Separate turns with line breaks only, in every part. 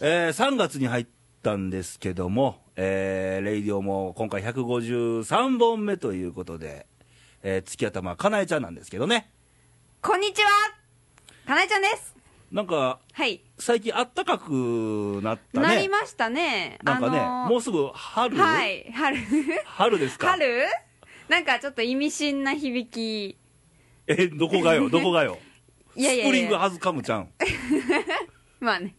えー3月に入ったんですけども、えーレイディオも今回153本目ということで、えー月頭かなえちゃんなんですけどね
こんにちはかなえちゃんです
なんか
はい、
最近あったかくなったね
なりましたね
なんかね、
あのー
もうすぐ春、
はい春
春ですか
春なんかちょっと意味深な響き
えどこ がよどこがよ
いやいやいや
スプリングハズカムちゃん
まあね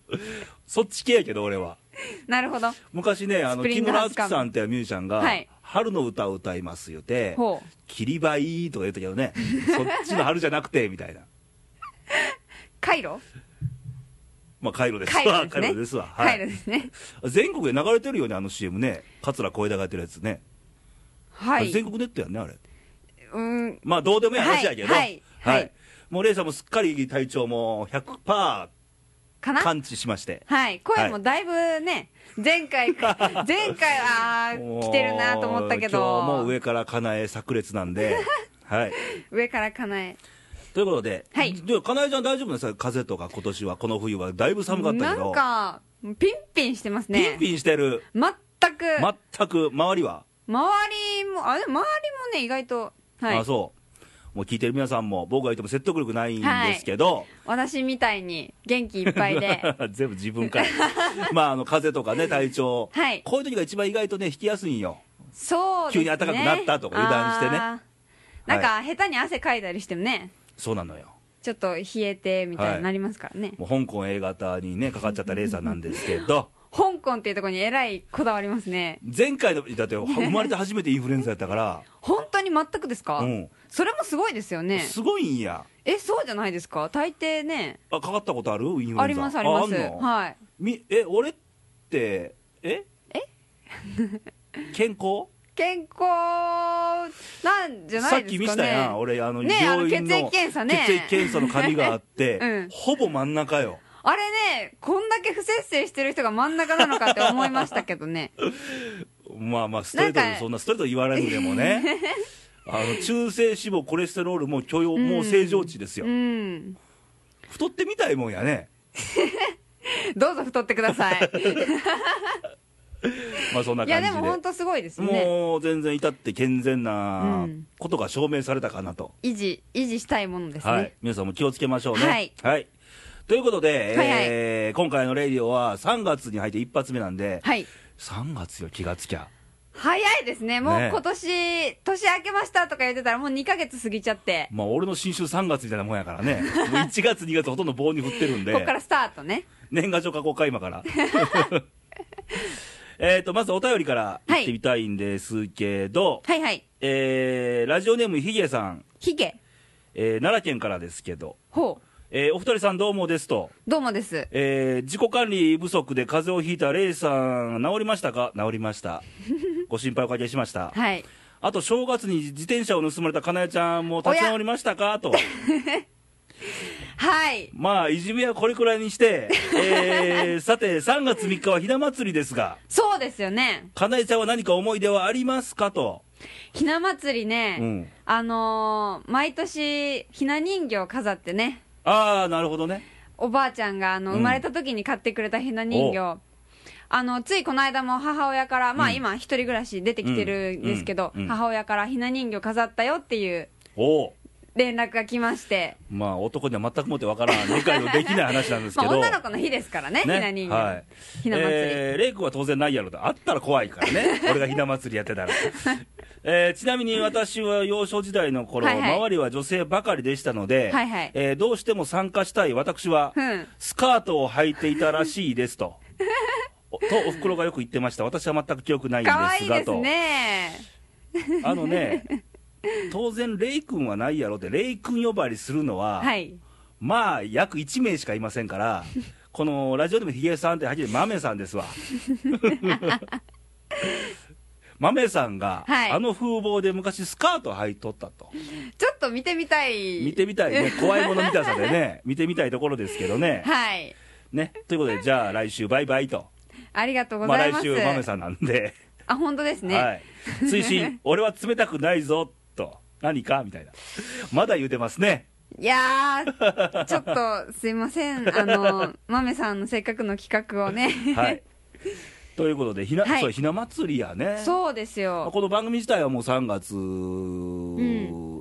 そっち系やけど俺は
なるほど
昔ねあの
スプリ
木
ング
村
ハ
敦
ズ
貴
カム
さんっていうミュージシャンが、
はい
春の歌を歌います言うて
ほう
「霧馬いい」とか言ったけどねそっちの春じゃなくてみたいな
カイロ
まあカイロです
カイロ
わ
で すね
カイロですわ
カ
は
イロ
い
ですね
全国で流れてるよねあの CM ね桂小枝がやってるやつね、
は
あれ
い
全国ネットやんねあれ
うん
まあどうでもいい話やけど
はいはいはい
もうレイさんもすっかり体調も100%
かな
完治しまして
はい声もだいぶね、前 回前回あー来てるなと思ったけど
もう今日も上からかなえ炸裂なん ではい
上からかなえ
ということで、
はい
でかなえちゃん大丈夫なんですか風邪とか今年はこの冬はだいぶ寒かったけ
な
ど
んかピンピンしてますね
ピンピンしてる
全く、
全く周りは、
周りもあでも周りもね意外とはい
あそうもう聞いてる皆さんも僕が言っても説得力ないんですけど、
私みたいに元気いっぱ いで
全部自分からまああの風邪とかね体調、
はい
こういう時が一番意外とね引きやすいんよ
そうです、
急
ね、
に暖かくなったとか油断してね
あーなんか下手に汗かいたりしてもね
そうなのよ
ちょっと冷えてみたいになりますからね、
もう香港 A 型にねかかっちゃったレイさんなんですけど
香港っていうところにえらいこだわりますね
前回のだ って生まれて初めてインフルエンザやったから
本当に全くですか、
うん
それもすごいですよね
すごいんや
えそうじゃないですか大抵ね
あかかったことあるインフルエンザ
ありますあります
んの
はい
みえ俺ってええ健康
健康なんじゃ
さ
な
っ
いですかね
き見せたやん俺あの
ね
病院の
あの血液検査ね、
血液検査の紙があって
うん
ほぼ真ん中よ
あれね、こんだけ不摂生してる人が真ん中なのかって思いましたけ どね。
まあまあストレート
なん
に
か
そんなストレートに言われるでも ねあの中性脂肪コレステロールも許容もう正常値ですよ、
うん。
太ってみたいもんやね
どうぞ太ってくだ さい。
まあそんない
や、
感じ
で
で
も本当すごいですね。
もう全然至って健全な
うん
ことが証明されたかなと、
維持、維持したいものですね。
はい、皆さんも気をつけましょうね。
はい
ということで、
はいはい
えー今回のレディオは3月に入って一発目なんで、
はい
3月よ、気がつきゃ。
早いですね。もう
ね
今年、年明けましたとか言ってたらもう2ヶ月過ぎちゃって、
まあ、俺の新種3月みたいなもんやからね、もう1月、2月ほとんど棒に振ってるん
ここか
で、
らスタートね。
年賀状書こうか、今から。 えーと、まずお便りから
はい
行ってみたいんですけど、
はいはい。
えーラジオネームひげさん、
ヒゲ。
えー奈良県からですけど、
ほう。
えーお二人さんどうもですと。
どうもです。
えー自己管理不足で風邪をひいたレイさん、治りましたか治りま した。ご心配おかけしました。
はい。
あと、正月に自転車を盗まれたかなえちゃんも立ち直りました かと。
はい。
まあ、いじめはこれくらいにして、えーさて、3月3日はひな祭りですが、
そうですよね。
かなえちゃんは何か思い出はありますかと。
ひな祭りね、
うん
あのー毎年、ひな人形飾ってね、
ああ、なるほどね。
おばあちゃんがあの
うん
生まれた時に買ってくれたひな人形、
お
あのついこの間も母親から、まあ
うん
今一人暮らし出てきてるんですけど、
うんうん
母親からひな人形飾ったよっていう
おう
連絡が来まして、
まあ、男には全くもってわからん、理解のできない話なんですけ
ま
ど。
あ、女の子の日ですからねひな人形、
はい、
ひな祭り、
えーレイ君は当然ないやろとあったら怖いから ね俺がひな祭りやってたら、えーちなみに私は幼少時代の頃、
はいはい
周りは女性ばかりでしたので、
はいはい
えーどうしても参加したい私は、
うん
スカートを履いていたらしいです とおとおふくろがよく言ってました私は全く記憶ないんです
か
が
わいいです
と
ね
あのね当然レイ君はないやろってレイ君呼ばわりするのは、
はい
まあ、約1名しかいませんから、 このラジオでもヒゲさんって、はっきりマメさんですわ。マメさんが、
はい
あの風貌で昔スカート履いとったと。
ちょっと見てみたい
見てみたいね、怖いもの見たさで ね、見てみたいところですけどね。
はい
ね、ということで、じゃあ来週バイバイと。
ありがとうご
あ
ざいま
来
す、
週マメさんなんで、
あ本当ですね、
はい。推進、俺は冷たくないぞ、と。何かみたいな。まだ言うてますね。
いやー、ちょっとすいません、あの、豆さんのせっかくの企画をね、
はい、ということで、ひな,、
はい
そうひな祭りやね、
そうです
まあ
よ、
この番組自体はもう3月、
ん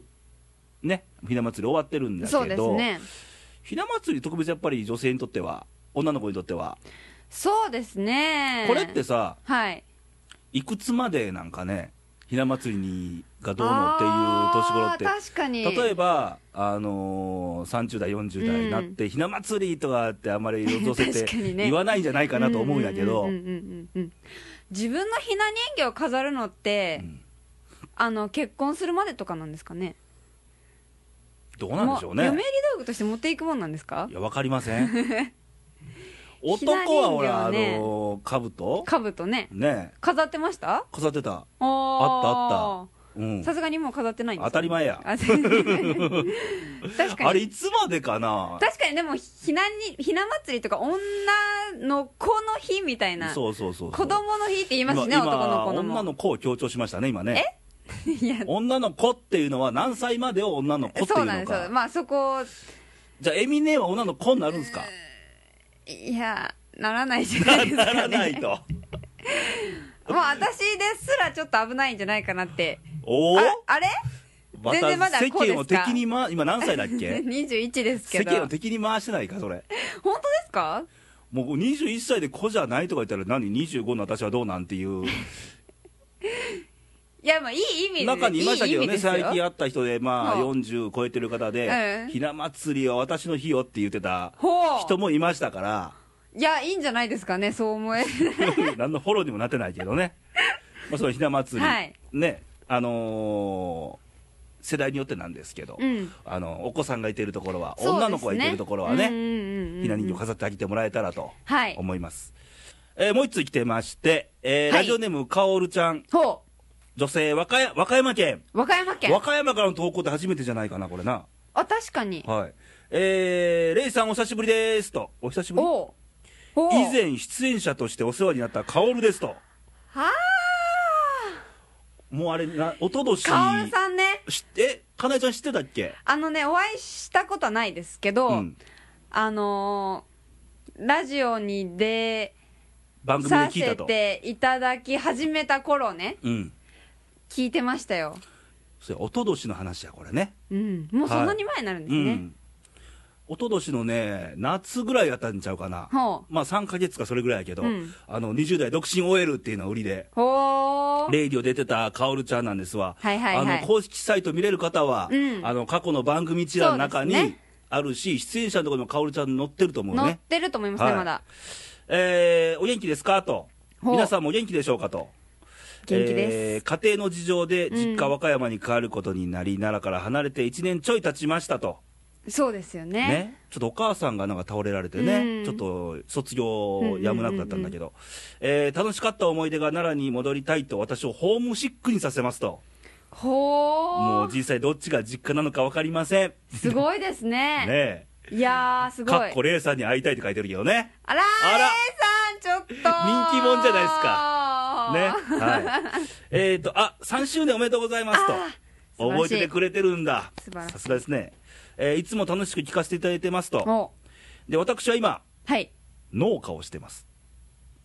ね、ひな祭り終わってるんだ
そう
け
です
ど、
ね、
ひな祭り、特別やっぱり女性にとっては、女の子にとっては、
そうですね、
これって、さ、
はい、
いくつまでなんかね、ひな祭りにがどうのっていう年頃って
あー。確かに、
例えば、あのー30代、40代になって、ひな祭りとかって、あんまり女性って
確かにね
言わないんじゃないかなと思うんやけど
ん、んうんうんうん自分のひな人形を飾るのって、
うん
あの結婚するまでとかなんですかね
どうなんでしょうね。
も嫁入り道具として持っていくもんなんですか
いや、わかりません。
ひな人形ね
男はほら、あの、兜
兜ね
ねえ、
飾ってました
飾ってた。
あ
あうん。
さすがにもう飾ってないんです
当たり前や。
あ確か
あれ、
に
いつまでかな
確かにでもひなにひな祭りとか女の子の日みたいな
そうそうそうそう。
子供の日って言いますしね
今
男の子の
今
も
女の子を強調しましたね、今ね。
いや
女の子っていうのは何歳までを女の子ってい
そう
う
なん
の
ですよ
か。
まあそこを
じゃあ、エミネは女の子になるんです か
いや、ならないじゃないですか、
な
ね。
らないと。
もう私ですらちょっと危ないんじゃないかなって。
おお
ああれ
ま
全然ま
た
だ
世
こうで
間
すか
を敵に回、今何歳だっけ
?21 です
世
けど。
間を
本
敵に回してないか、それ。
当ですか
もう21歳で子じゃないとか言ったら何、25の私はどうなんていう、
いや、まあいい意味で。
中にいましたけど
いい意味で
ね、
すよ
最近会った人で、まあ
ほう
40超えてる方
う
で
ん、
ひな祭りは私の日よって言ってた
ほう。
人もいましたから、
いや、いいんじゃないですかね、そう思える。
何のフォローにもなってないけどね、まあ、そのひな祭り、
はい
ね、あのー世代によってなんですけど、
うん
あのお子さんがいてるところは、
そうですね
女の子がいてるところはね、
うんうんうんうん
ひな人形飾ってあげてもらえたらと
はい
思います。えーもう一つ来てまして、えー
はい
ラジオネーム、かおるちゃん、
ほ
女性和歌や、和歌山県。
う。和歌山県。
和歌山からの投稿って初めてじゃないかな、これな。
あ、確かに。
はい。えー、レイさんお久しぶりですと。お久しぶり。
おう。ほう。
以。前出演者としてお世話になったカオルですと。
は
もうあれな、おととし
ー。。かおるさんね。
しえ、かなえちゃん知ってたっけ
あのね、お会いしたことはないですけど、
うん。
あのーラジオに出
番組で
さ
聞いた
せ
と。
ていただき始めた頃ね
うん。
聞いてましたよ
それ、おととしの話や、これね。
うんもうそんなに前になるんです
う
ね、
ん。おととしのね、夏ぐらいやったんちゃうかな。
ほう
まあ3ヶ月かそれぐらいやけど、
うん
あの、20代独身 OL っていうのは売りで。
ほー
レイディオ出てたカオルちゃんなんですわ、
はいはいはい
あの公式サイト見れる方は、
うん
あの過去の番組一覧の中
そうです
に
ね
あるし、出演者のところにもカオルちゃん載ってると思う
乗っ
ね、
てると思いますね、
はい
まだ
えーお元気ですかと、
ほう
皆さんも元気でしょうかと。
元気です
えー家庭の事情で実家、和歌山に帰ることになり、奈良から離れて1年ちょい経ちましたと、
そうですよね
ね、ちょっとお母さんがなんか倒れられてね、
うん
ちょっと卒業やむなくなったんだけど、えー楽しかった思い出が奈良に戻りたいと、私をホームシックにさせますと。
ほー
もう実際どっちが実家なのか分かりません。
すごいですね
ね
いやーす
え。
ご
かっ
い
こレイさんに会いたいって書いてるけどね。
あらー
あら
A さんちょっと人
人気者じゃね。はい。えっと、あ、3周年おめでとうございますと
あ。ー
覚えててくれてるんだ
素晴らし。い
さすがですね。えーいつも楽しく聞かせていただいてますと。
ほう
で、私は今、
はい
農家をしてます。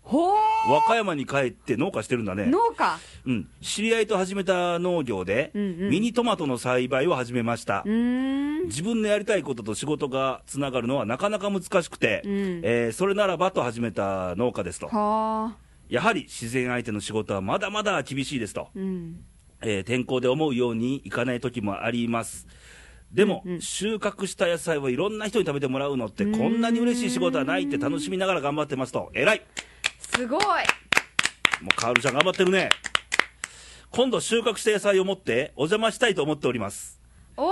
ほー
和歌山に帰って農家してるんだね。
農家
うん。知り合いと始めた農業で、
うんうん
ミニトマトの栽培を始めました
う。ーん
自分のやりたいことと仕事がつながるのはなかなか難しくて、
うん
えーそれならばと始めた農家ですと、
は
やはり自然相手の仕事はまだまだ厳しいですと、
ーうん
えー天候で思うようにいかない時もあります。でも、
うんうん
収穫した野菜をいろんな人に食べてもらうのって、こんなに嬉しい仕事はないって楽しみながら頑張ってますと、偉い、
すごい
もうカールちゃん、頑張ってるね、今度、収穫した野菜を持って、お邪魔したいと思っております。
おお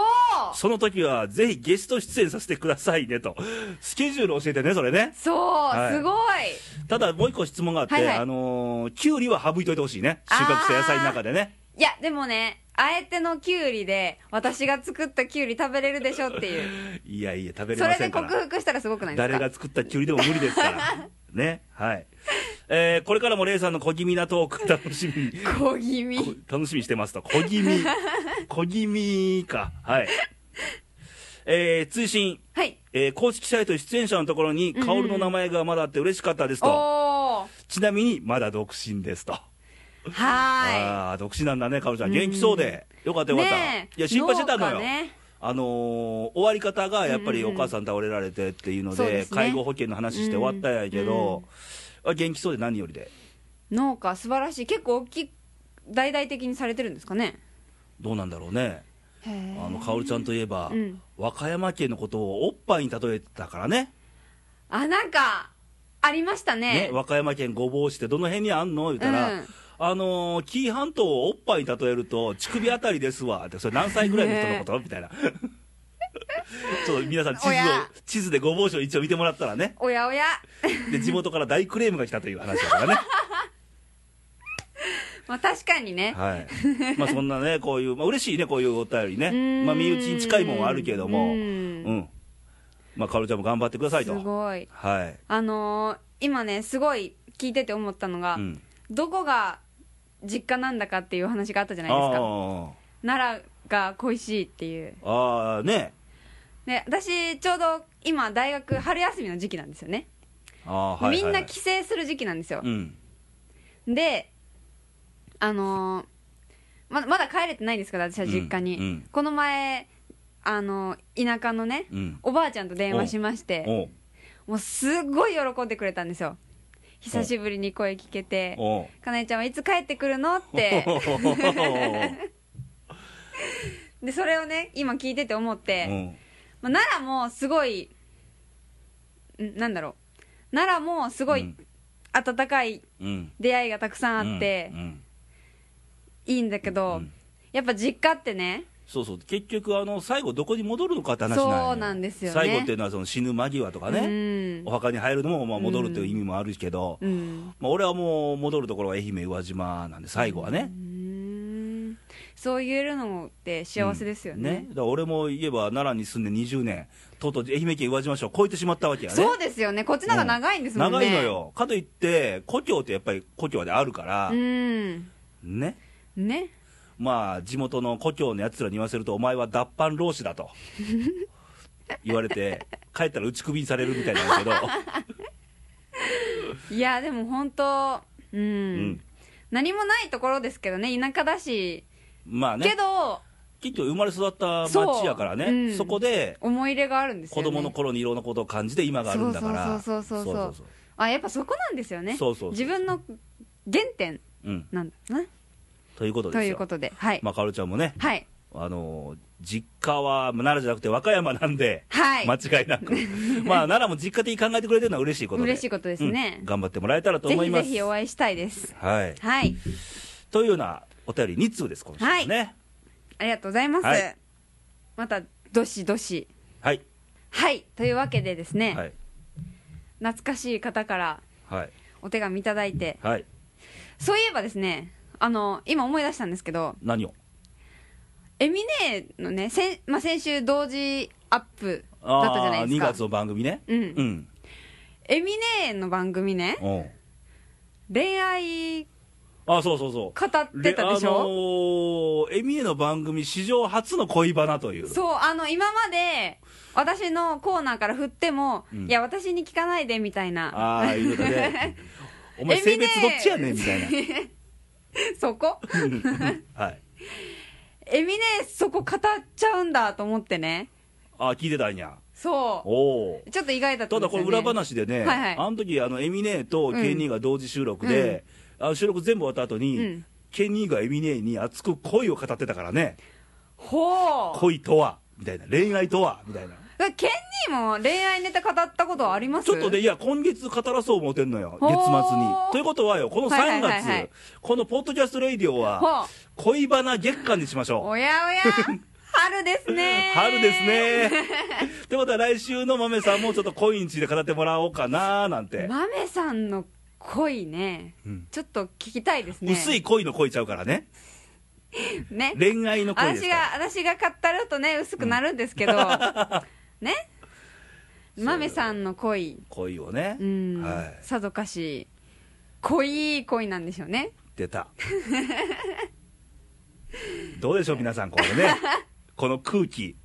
その時はぜひゲスト出演させてくださいねと、スケジュール教えてね、それね。
そう、
はい
すごい
ただもう一個質問があって、
はいはい
あのーキュウリは省いといてほしいね。収穫した野菜の中でね。
いやでもねあえてのきゅうりで私が作ったきゅうり食べれるでしょっていう
いやいや、食べれ
そ
ま
れ
せ
で
んか
克
ら。
服したらすごくないですか
誰が作ったキュウリでも無理です から。ね。はい。えーこれからもレイさんの小気味なトー ク楽しみに、
小気味
楽しみにしてますと。小気味。小気味か。はい。えー追伸、
はい。
えー公式サイト出演者のところに、
うん
薫の名前がまだあって嬉しかったです
お
と、
お。
ちなみにまだ独身ですと、
は
ああ、独身なんだね、薫ちゃん、元気そうで、よかっ
ー
た
い。
よかった、
ねえ
いや、心配してたの
農
よ、
家ね
あのー終わり方がやっぱり
うんうん
お
うん
母さん倒れられてっていうので、
そうですね
介護保険の話して終わったんやけど、あ元気そうで何よりで、
農家素晴らしい。結構大きい大々的にされてるんですかね。
どうなんだろうね、
へえ。
あの薫ちゃんといえば、
うん
和歌山県のことをおっぱいに例えてたからね、
あなんかありましたね
ね。和歌山県御坊市ってどの辺にあんの言ったら、
うん
あのー紀伊半島をおっぱいに例えると、乳首あたりですわって、それ何歳ぐらいの人のこと、みたいな。 ちょっと皆さん地図
お
を
や
地図で御坊市を一応見てもらったらね
おやおや。
で地元から大クレームが来たという話だからね
まあ確かにね。
はい、まあそんなね、こういう、まあ嬉しいね、こういうお便り
うー
ね、
ん
まあ身内に近いもんはあるけども、う
うん
ん、まあ、かおるちゃんも頑張ってください
す
と、
ごい。
はい、
あのー今ねすごい聞いてて思ったのが、
うん、
どこが実家なんだかっていう話があったじゃ
あ
ないですか。
ー
奈良が恋しいっていう。
あー、ね、
で私ちょうど今大学春休みの時期なんですよね、
あーはい、はい、
みんな帰省する時期なんですよ
う、ん、
であのーままだ帰れてないんですから私は実家に、
うんうん
この前あのー田舎のね、
うん
おばあちゃんと電話しまして
おう
もうすごい喜んでくれたんですよ久しぶりに声聞けて
おう
「かなえちゃんはいつ帰ってくるの?」って
おう
でそれをね今聞いてて思って、
うん
まあ、奈良もすごいんなんだろう奈良もすごい温かい
うん、
出会いがたくさんあって
うん、うん
いいんだけど、
うん
やっぱ実家ってね
そうそう、結局、あの最後、どこに戻るのかって話なんよ
そうなんですよね
最後っていうのはその死ぬ間際とかね、お墓に入るのも、まあ、戻るという意味もあるけど、
うんうん
まあ、俺はもう戻るところは愛媛宇和島なんで最後はね、
うーんそう言えるのって幸せですよね,、
だから俺も言えば奈良に住んで20年とうとう愛媛県宇和島市を超えてしまったわけやね
そうですよねこっちの方が長いんですもんね
長いのよかといって故郷ってやっぱり故郷であるから
う、ん
ね
ね
まあ地元の故郷のやつらに言わせるとお前は脱藩浪士だと 言われて帰ったら打ち首にされるみたいなんだけ ど、
いやでも本当うん、
うん
何もないところですけどね田舎だし、
まあ
け
ね
ど
きっと生まれ育った町やからね
そ
そ,、
ううん
こで
思い入れがあるんですよ
子
ね
供の頃にいろんなことを感じて今があるんだから
そうそうそうそうそう
そう
あやっぱそこなんですよね
そうそうそう
自分の原点
そううん
なんだな
ということです
と
よ
いうことではい、
まあ、かおるちゃんもね、
はい
あのー実家はまあ奈良じゃなくて和歌山なんで、
はい
間違いな く、まあ奈良も実家的に考えてくれてるのは嬉しいことで、
嬉しいことですね
うん頑張ってもらえたらと
ぜ
思い
ひ
ま
ぜ
す。
ひお会いしたいです
はい、
はい
というようなお便り、2通です、今週はね。
ありがとうございます、
はい
またどしどし
はい、
はいというわけでですね、
はい、
懐かしい方から
はい、
お手紙いただいて
はい、
そういえばですねあの今思い出したんですけど
何を
エミネのね先,、まあ、先週同時アップだったじゃないです
2
か
月の番組ね。
うん
うん、
エミネの番組ね
うん、
恋愛語
あそうそうそう。
ってたでし
あ
ょ、
のーエミエの番組史上初の恋バナという。
そうあの今まで私のコーナーから振っても、
うん
いや私に聞かないでみたいな
ああ、いうことで。お前
エミ
性
ネ
別どっちやねんみたいな。
そこ
はい。
エミネそこ語っちゃうんだと思ってね
あ、聞いてたんや。
そ
おお。
うちょっと意外だった
た
んで
だ
す
こ
よ、
れ
ね、
裏話でね、
はいはい
あの時あのエミネーとケニーが同時収録で、あの収録全部終わった後に、
うん
ケニーがエミネーに熱く恋を語ってたからね、
ほう
恋とは、みたいな、恋愛とは、みたいな。
だからケンニーも恋愛ネタ語ったことあります
ちょっとね、いや、今月語らそう思ってんのよ、
ほ
月
ー
末に。ということはよ、この3月、
はいはいはいはい
このポッドキャストレイディオは、
ほう
恋バナ月間にしましょう。
おやおや春です ね
春ですね。 ということは来週の豆さんもちょっと恋について語ってもらおうかななんて。
マメさんの恋ね、
うん
ちょっと聞きたいですね
薄い恋の恋ちゃうからね。
ね
恋愛の恋です
私
か
が
ら。
私が語るとね薄くなるんで すけど、ねマメさんの恋
恋をね。
うん、
はい。
さぞかし濃い恋なんでしょうね
出た。どうでしょう、皆さん、これね。この空気。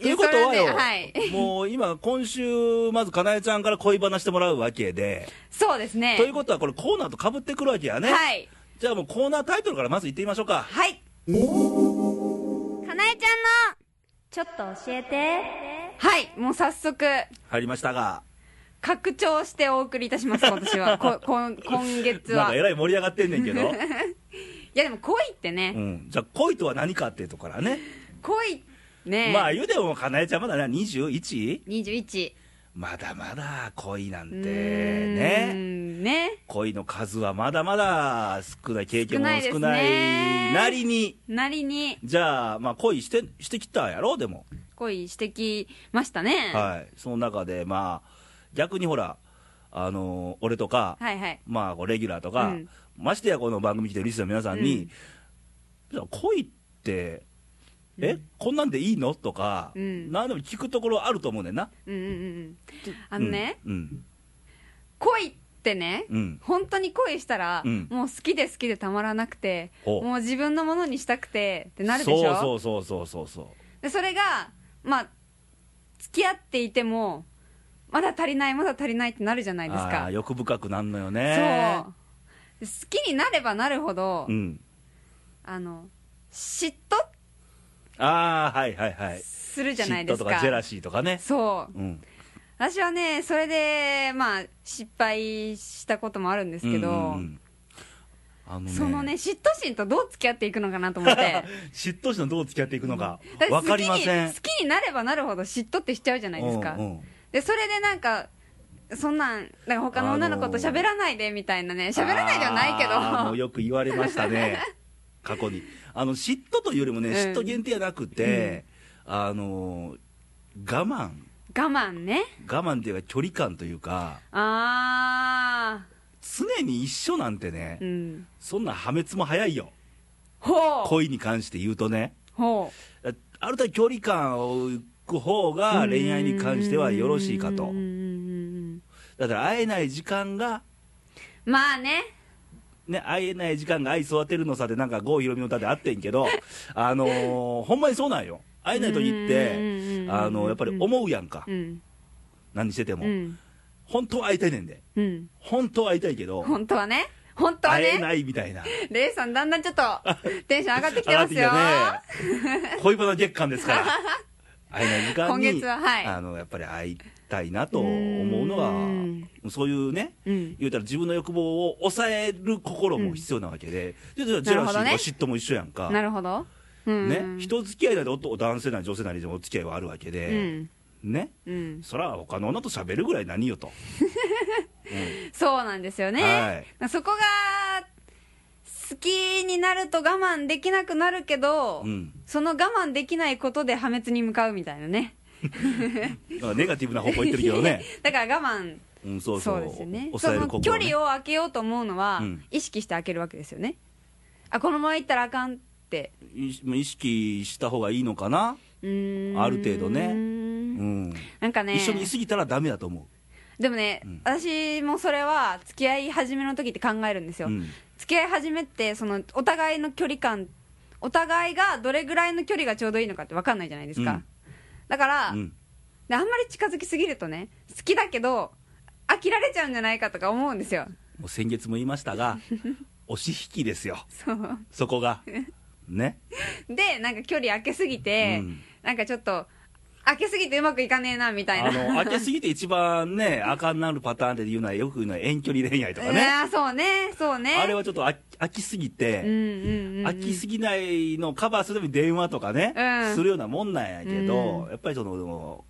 ということはよ、
それねはい、
もう今、今週、まずかなえちゃんから恋話してもらうわけで、
そうですね
ということは、これ、コーナーとかぶってくるわけやね、
はい
じゃあもうコーナータイトルからまずいってみましょうか、
はいかなえちゃんのちょっと教えてはいもう早速
入りましたが、
拡張してお送りいたします今年 はここん今月
なん
は
か
い
えらい盛り上がってんねんけ ど、
やでも恋ってね、
うん、じゃあ、恋とは何かっていうところからね、
恋ね
まあ、言うても、かなえちゃん、まだな、21?
21
まだまだ恋なんて
うー
ね、
んね
恋の数はまだまだ少ない、経験も
少ないですね
少ないなりに、
なりに
じゃあ、まあ、恋してしてきたやろ、でも。
恋してきましたね、
はい、その中で、まあ、逆にほら、あのー俺とか、
はいはい
まあ、こうレギュラーとか、
うん
ましてやこの番組来てるリスナーの皆さんに、じゃあ恋って、え、こんなんでいいのとか、
うん
何でも聞くところあると思うねんな。
うんうんうんうんあのね、
うん、
恋ってね、
うん、うん
本当に恋したら、
うん
もう好きで好きでたまらなくて
ほう
もう自分のものにしたくてってなるでしょ
そうそうそうそうそうそう。
でそれがまあ付き合っていてもまだ足りないまだ足りないってなるじゃないです
あ
か
ー欲深くなんのよね。
そうで好きになればなるほど、
うん。
あの嫉妬
ああ、はいはいはい。
するじゃないです
嫉妬
か
とかジェラシーとかね。
そう
うん。
私はねそれでまあ失敗したこともあるんですけど、
うんうんうんあのね
そのね嫉妬心とどう付き合っていくのかなと思って
嫉妬心とどう付き合っていくのか
だら好
分
きに
かりません
好きになればなるほど嫉妬ってしちゃうじゃないですか、
うんうん
でそれでなんかそんなんなんか他の女の子と喋らないでみたいなね喋らないではないけ
あーもう
ど
よく言われました ね過去にあの嫉妬というよりもね
うん
嫉妬限定じゃなくて、あの我慢
我慢ね
我慢っていうか距離感というか
あ
常に一緒なんてね、
ーうん
そんな破滅も早いよ
ほう
恋に関して言うとね
ほ
だある程度距離感を置く方
う
が恋愛に関してはよろしいか
う
と
んうんうん
だから会えない時間が
うんまあね
ね、会えない時間が愛育てるのさでなんか郷ひろみの歌であってんけど、あのーほんまにそうなんよ会えない時って
うん
あのやっぱり思うやんか、
うん
何してても、
うん
本当は会いたいねんで
うん
本当は会いたいけど、
本当はね本当は
会え
ね
ないみたいな
レイさんだんだんちょっとテンション上がってきてますよ
上がってきたね恋バナ月間ですから会えない時間に
今月ははい
あのやっぱり会いたいなと思うのは
うん
そういうね
うん
言うたら自分の欲望を抑える心も必要なわけで、でジェラシーとか
なるほどね
嫉妬も一緒やんか
なるほどうん
ね、人付き合いなり男男性なり女性なりでもお付き合いはあるわけ
う
で、
ん
ね
うん
そら他の女と喋るぐらい何よと、
そうなんですよね、そこが好きになると我慢できなくなるけど、
うん、
その我慢できないことで破滅に向かうみたいなね
だからネガティブな方向行ってるけどね、
だから我慢
うん、そ
そ
うそ
う
う
ですよねそ
抑える
の距
心、ね、
離を空けようと思うのは、
うん
意識して空けるわけですよねあこのまま行ったらあかんって
意識した方がいいのかな、
うーん
ある程度ね
ね
うん
なんかね
一緒にいすぎたらダメだと思
でもね、
うん
私もそれは付き合い始めの時って考えるんです
う、
よ、
うん
付き合い始めってそのお互いの距離感お互いがどれぐらいの距離がちょうどいいのかって分かんないじゃないですか、
うん
だから、
うん、
であんまり近づきすぎるとね好きだけど飽きられちゃうんじゃないかとか思うんですよ
もう先月も言いましたが押し引きですよ
そう
そこがね、
でなんか距離開けすぎて、
うん
なんかちょっと開けすぎてうまくいかねえなみたいな
あの開けすぎて一番ね赤になるパターンで言うのはよく言うのは遠距離恋愛とか ね、
うんそうねそうね
あれはちょっと飽き飽きすぎて、
うんうんうんうん
飽きすぎないのをカバーするために電話とかね、
うん
するようなもんなんやけど、
うん
やっぱりその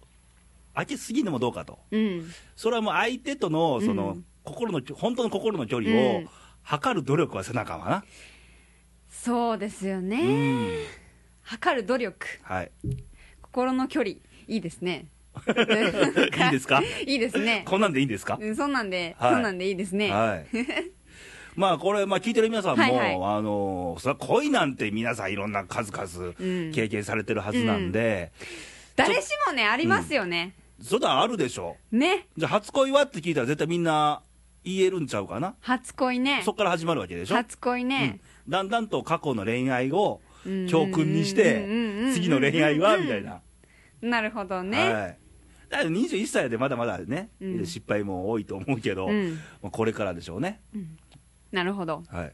飽きすぎるのもどうかと
うん
それはもう相手とのその、
うん
心の本当の心の距離を
うん
測る努力は背中はな、
そうですよ
うん
ね、測る努力
はい、
心の距離いいです ね
いいですか
いいですね
こんなんでいいんですか、
うんそんなんで、
はい
そんなんでいいですね、
はい まあこれ、まあ、聞いてる皆さんも、
はいはい
あのそれは恋なんて皆さんいろんな数々
うん
経験されてるはずなんで、
誰しもねありますよね、
それはあるでしょ
ね
じゃあ初恋はって聞いたら絶対みんな言えるんちゃうかな、
初恋ね
そこから始まるわけでしょ、
初恋ね、
うんだんだんと過去の恋愛を
うん
教訓にし
うんうんうんうんうんうん
て次の恋愛はみたいな
なるほどね、
はいだから21歳でまだまだね、
うん
失敗も多いと思うけど、
うん
まあこれからでしょうね、
なるほど
はい、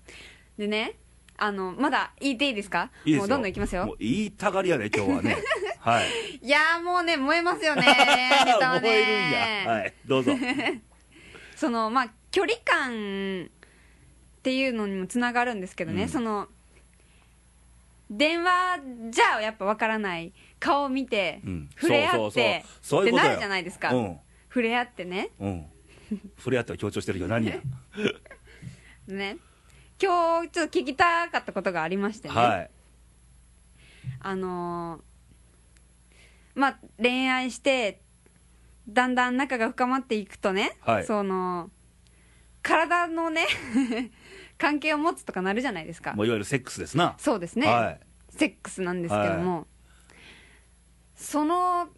でねあのまだ言っていいですか
いいですよ
もうどんどんいきますよ
もう言いたがりやね今日は ねはい
いやーもうね燃えま すよねネタはね
燃えるんやはいどうぞ
そのまあ距離感っていうのにもつながるんですけどね、
うん
その電話じゃやっぱわからない顔を見て、
うん
触れ合って
そうそうそうそう
っ
いう
て
ことよ
なるじゃないですか、
うん
触れ合ってね
うん触れ合っては強調してるよ何 や、
ね今日ちょっと聞きたかったことがありましてね、
はい
あのーまあ恋愛してだんだん仲が深まっていくとね、
はい
その体のね 関係を持つとかなるじゃないですか
もういわゆるセックスですな
そうですね、
はい
セックスなんですけども、その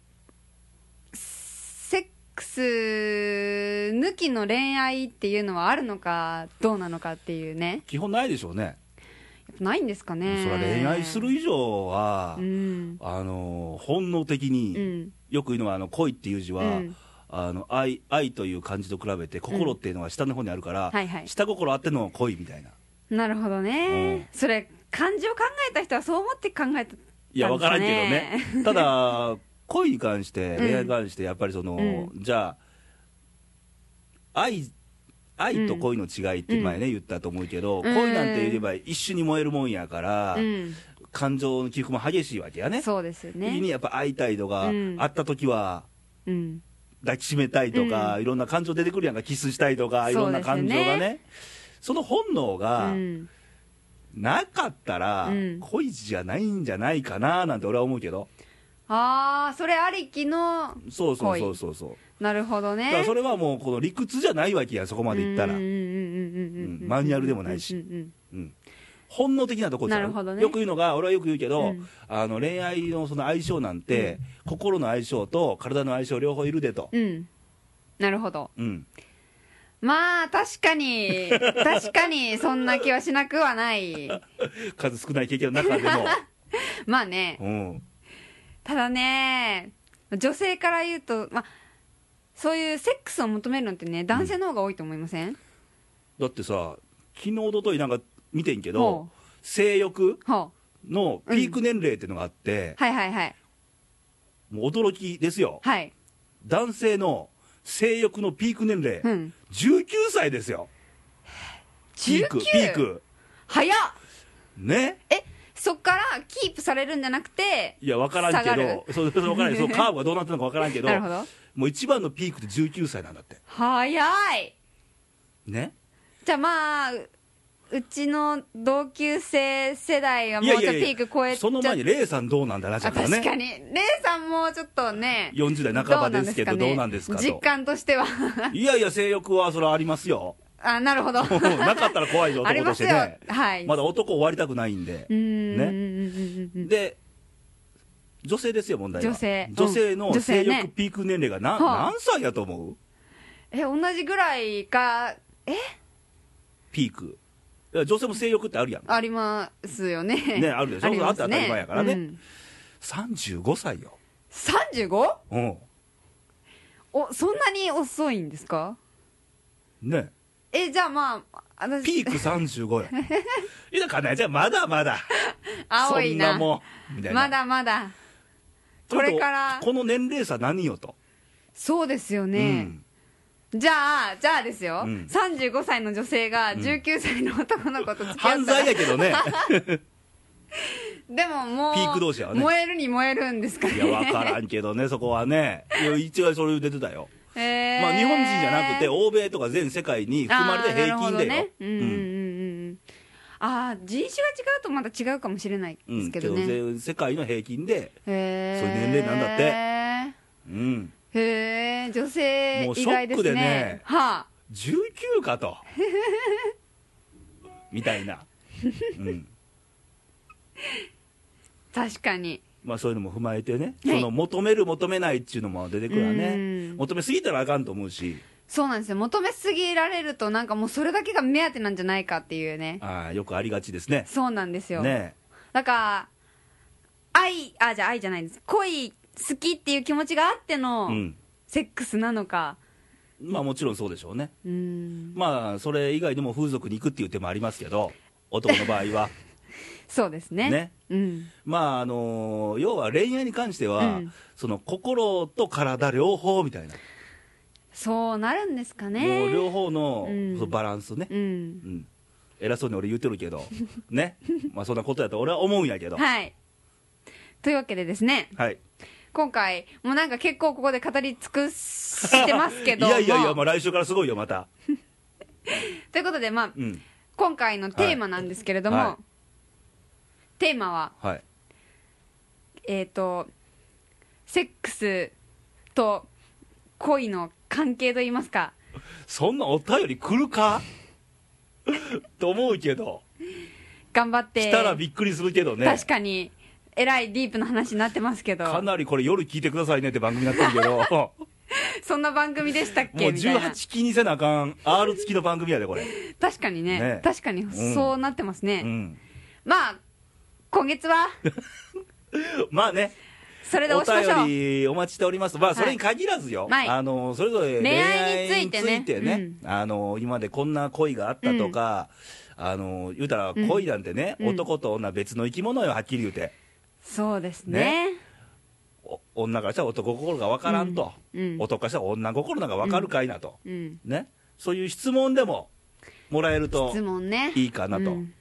セックス抜きの恋愛っていうのはあるのかどうなのかっていうね
基本ないでしょうね、
やっぱないんですかね
それは恋愛する以上は、
うん
あの本能的
う
に、
ん
よく言うのはあの恋っていう字は、
うん
あの愛愛という漢字と比べて心っていうのは下の方にあるから、
はいはい
下心あっての恋みたいな
なるほどね、それ漢字を考えた人はそう思って考えたんですかね
いや、わからんけどね。 ただ、恋に関して、
ん
恋愛に関して、やっぱりその、じゃあ、愛、愛と恋の違いって前ね、言ったと思うけど、
うん
恋なんて言えば一緒に燃えるもんやから
う、ん
感情の起伏も激しいわけやね。
そうですよ
時に
ね
やっぱ会いたいとか、
うん
会った時は
うん
抱きしめたいとか、
う
いろんな感情出てくるやんか、キスしたいとか、いろんな感情が
そうですよ
ね。その本能
う
が
ん
なかったら
うん、
恋じゃないんじゃないかななんて俺は思うけど。
ああそれありきの
そうそうそうそうそう。
なるほどね
だからそれはもうこの理屈じゃないわけやそこまでいったら、
うんうんうんうんうん
うんマニュアルでもないし
うんうん
うん本能的なとこちゃう
なるほどね
よく言うのが俺はよく言うけど、
うん
あの恋愛のその相性なんて、心の相性と体の相性両方いるでと、
うんうんなるほど
うん、
まあ確かに確かにそんな気はしなくはない
数少ない経験の中で も、
まあね
うん、
ただね女性から言うとまあそういうセックスを求めるのってね男性の方が多いと思いません、
だってさ昨日おとといなんか見てんけど
ほ
性欲
うほ
のピーク年齢っていうのがあっ
う
て、
はいはいはい
もう驚きですよ
はい
男性の性欲のピーク年齢、
うん
19歳ですよピークピーク
早っ
ね
えそっからキープされるんじゃなくて
いや、分からんけ
下が
ど、そうそう分からんその カーブがどうなったのか分からんけど、
なるほど
もう一番のピークって19歳なんだって、
早い
ね、
じゃあまあううちの同級生世代がもうちょっとピーク超えちゃ
その前に、レイさんどうなんだな、じゃ
あ
から
確か
ね、
にレイさんもうちょっとね
40代半ばですけど、どうなんですか,、
実感としては
と、いやいや、性欲はそれはありますよ、
あな るほど
なかったら怖いぞ、
あり
男と
ま
し
す
て
よ
ね、
はい
まだ男終わりたくないんで
う、ーん、
ね
うんうん
で、女性ですよ、問題は、
女性うん
の
女
性
性ね
欲ピーク年齢がな、
はあ
何歳やと思う
え同じぐらいかえ
ピーク、いや女性も性欲ってあるやん、
ありますよね
ねあるでしょ
ります
あって当たり前やからね
うん、
35歳よ。
35?
うん
おそんなに遅いんですか
ね
えじゃあまあ私
ピーク35よ いやかなえちゃんまだまだ
青いな
そんなもんみたいな
まだまだこれから
ちょっとこの年齢差何よと
そうですよ
う
ね、
ん
じゃあじゃあですよ、
うん
35歳の女性が19歳の男の子と付き合
犯
ったら、
罪やけどね
でももう
ピーク同士やわね
燃えるに燃えるんですかね
いや分からんけどねそこはねいや一応それ言ってたよ、
えー
まあ、日本人じゃなくて欧米とか全世界に含まれて平均でよ、
あーなるほどねうんうん
うん
うんうんああ人種が違うとまた違うかもしれない
うん
ですけどね、
けど全世界の平均で、
へえ
そういう年齢なんだ
って
うん、
へえ女性
もうシ
意
ョ
外
ッ
で
ク
す
でね
ねはあ
19かと みたいな、うん
確かに
まあ、そういうのも踏まえてね、
はい
その求める、求めないっていうのも出てくるわ
う
ね、
ん
求めすぎたらあかんと思うし、
そうなんですよ求めすぎられるとなんかもうそれだけが目当てなんじゃないかっていうね
ああよくありがちですね、
そうなんですよ、
ね
だから愛あじゃあ愛じゃないです恋好きっていう気持ちがあっての
うん
セックスなのか
まあもちろんそうでしょうね、
うん
まあそれ以外にも風俗に行くっていう手もありますけど、男の場合は、
そうですね
ね
うん
まああのー要は恋愛に関しては、
うん
その心と体両方みたいな、
そうなるんですか
も
ね
う両方の,、
うん
バランスね、
うん
うん偉そうに俺言うてるけど、ね、まあそんなことやと俺は思うんやけど、はい、
はいというわけでですね今回もうなんか結構ここで語り尽くしてますけ
い
ど
やいやいや、
も
まあ、来週からすごいよ、また。
ということでまあ
うん
今回のテーマなんですけれども、
はいは
テーマは
はい、
えっ、とセックスと恋の関係といいますか
そんなお便り来るか と思うけど、
頑張って
来たらびっくりするけどね。
確かにえらいディープな話になってますけど
かなりこれ夜聞いてくださいねって番組になってるけ ども
そんな番組でしたっ
う
けみたいな
18気にせなあかん R 付きの番組やでこれ、
確かにね
ね
確かにそうなってますね、
うん、
まあ今月 は
まあね
それでおしましょ
お
う
便りお待ちしておりますまあそれに限らずよ、
はい
あのそれぞれ
恋愛について
恋
ね
愛についてねあの今までこんな恋があったとか、あの言うたら恋なんてね、
うん
男と女別の生き物よはっきり言うて
そうですね
お女からしたら男心が分からんと、
うんうん
男からしたら女心なんか分かるかいなと、
うん
ねそういう質問でももらえると
質問ね
いいかなと
うん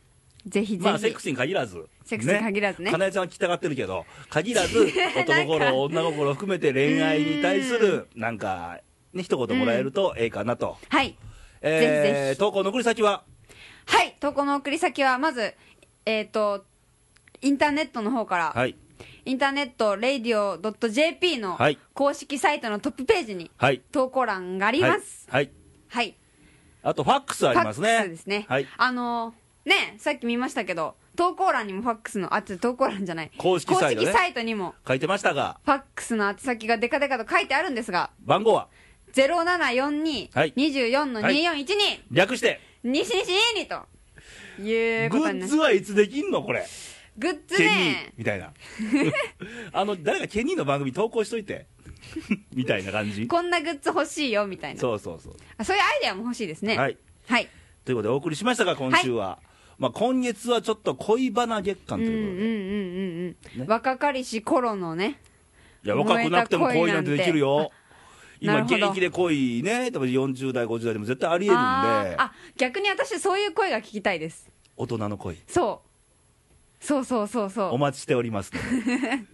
ぜひぜひ、
まあセックスに限らず
セックスに限らずね
かなえちゃんは聞きたがってるけど限らず男
なんか
心女心を含めて恋愛に対するなんかね一言もらえるとええかなと、
はいぜひぜ
えー
ひ
投稿の送り先は
はい、投稿の送り先は、まず、えっ、と、インターネットの方から、
はい
インターネット radio.jp の
はい
公式サイトのトップページに
はい
投稿欄があります。
はい、はい、
はい。
あとファックスありますね
ファックスですね。
はい
あのーね、さっき見ましたけど、投稿欄にもファックスの、あ、ちょ投稿欄じゃない。
公式サイトね
公式サイトにも、
書いてましたが
ファックスの宛先がデカデカと書いてあるんですが、
番号ははい
0742-24-2412、
略して
西西22と、いう
グ
ことにな
ッ
り
ズ
ます。
はいつできんのこれ
グッズ
ケニー
ね。
みたいな あの誰かケニーの番組投稿しといて みたいな感じ
こんなグッズ欲しいよみたいな
そうそうそう
あそういうアイデアも欲しいですね
はい
はい
ということでお送りしましたが今週は、まあ、今月はちょっと恋バナ月間
うん
と
うんう
いう
ん
ことで、
うんうん、
ね
若かりし頃のね
いや若くなくても
燃えた恋
恋なんてできるよ今
なるほど
現役で恋ね多分40代50代でも絶対ありえるん
あ
で
ーあ逆に私そういう声が聞きたいです
大人の恋
そうそうそうそうそう
お待ちしておりますの で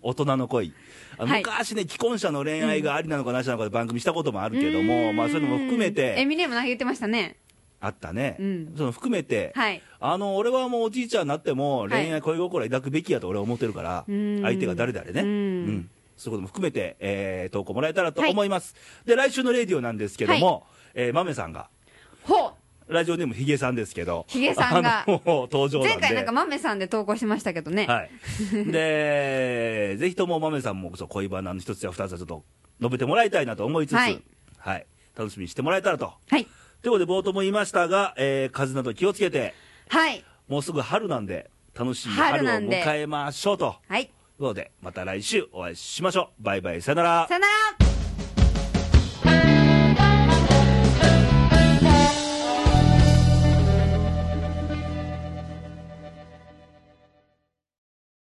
大人の恋あ
はい
昔ね既婚者の恋愛がありなのかなしなのかで番組したこともあるけども、まあ、そういうのも含め
うんエ
て
ミネム投げてましたね
あったね、
うん
その含めて、
はい
あの俺はもうおじいちゃんになっても
はい
恋愛恋心抱くべきやと俺は思ってるから、
うん
相手が誰々ね、
うん
うんそういうことも含めて、えー投稿もらえたらと
はい
思います、で来週のレディオなんですけども、えー豆さんが
ほ
ラジオネームヒゲさんですけど
ヒゲさんが
あの登
う
場なんで
前回なんかマメさんで投稿しましたけどね、
はい、でぜひとも豆さんもそう恋バナの一つや二つはちょっと述べてもらいたいなと思いつつ、
はい
はい楽しみにしてもらえたらと
はい
ということで冒頭も言いましたが、えー風邪など気をつけて
はい
もうすぐ春なんで、楽しい
春
春を
なんで
迎えましょうと。
はい
ということで、また来週お会いしましょう。バイバイ、さよなら
さ。よなら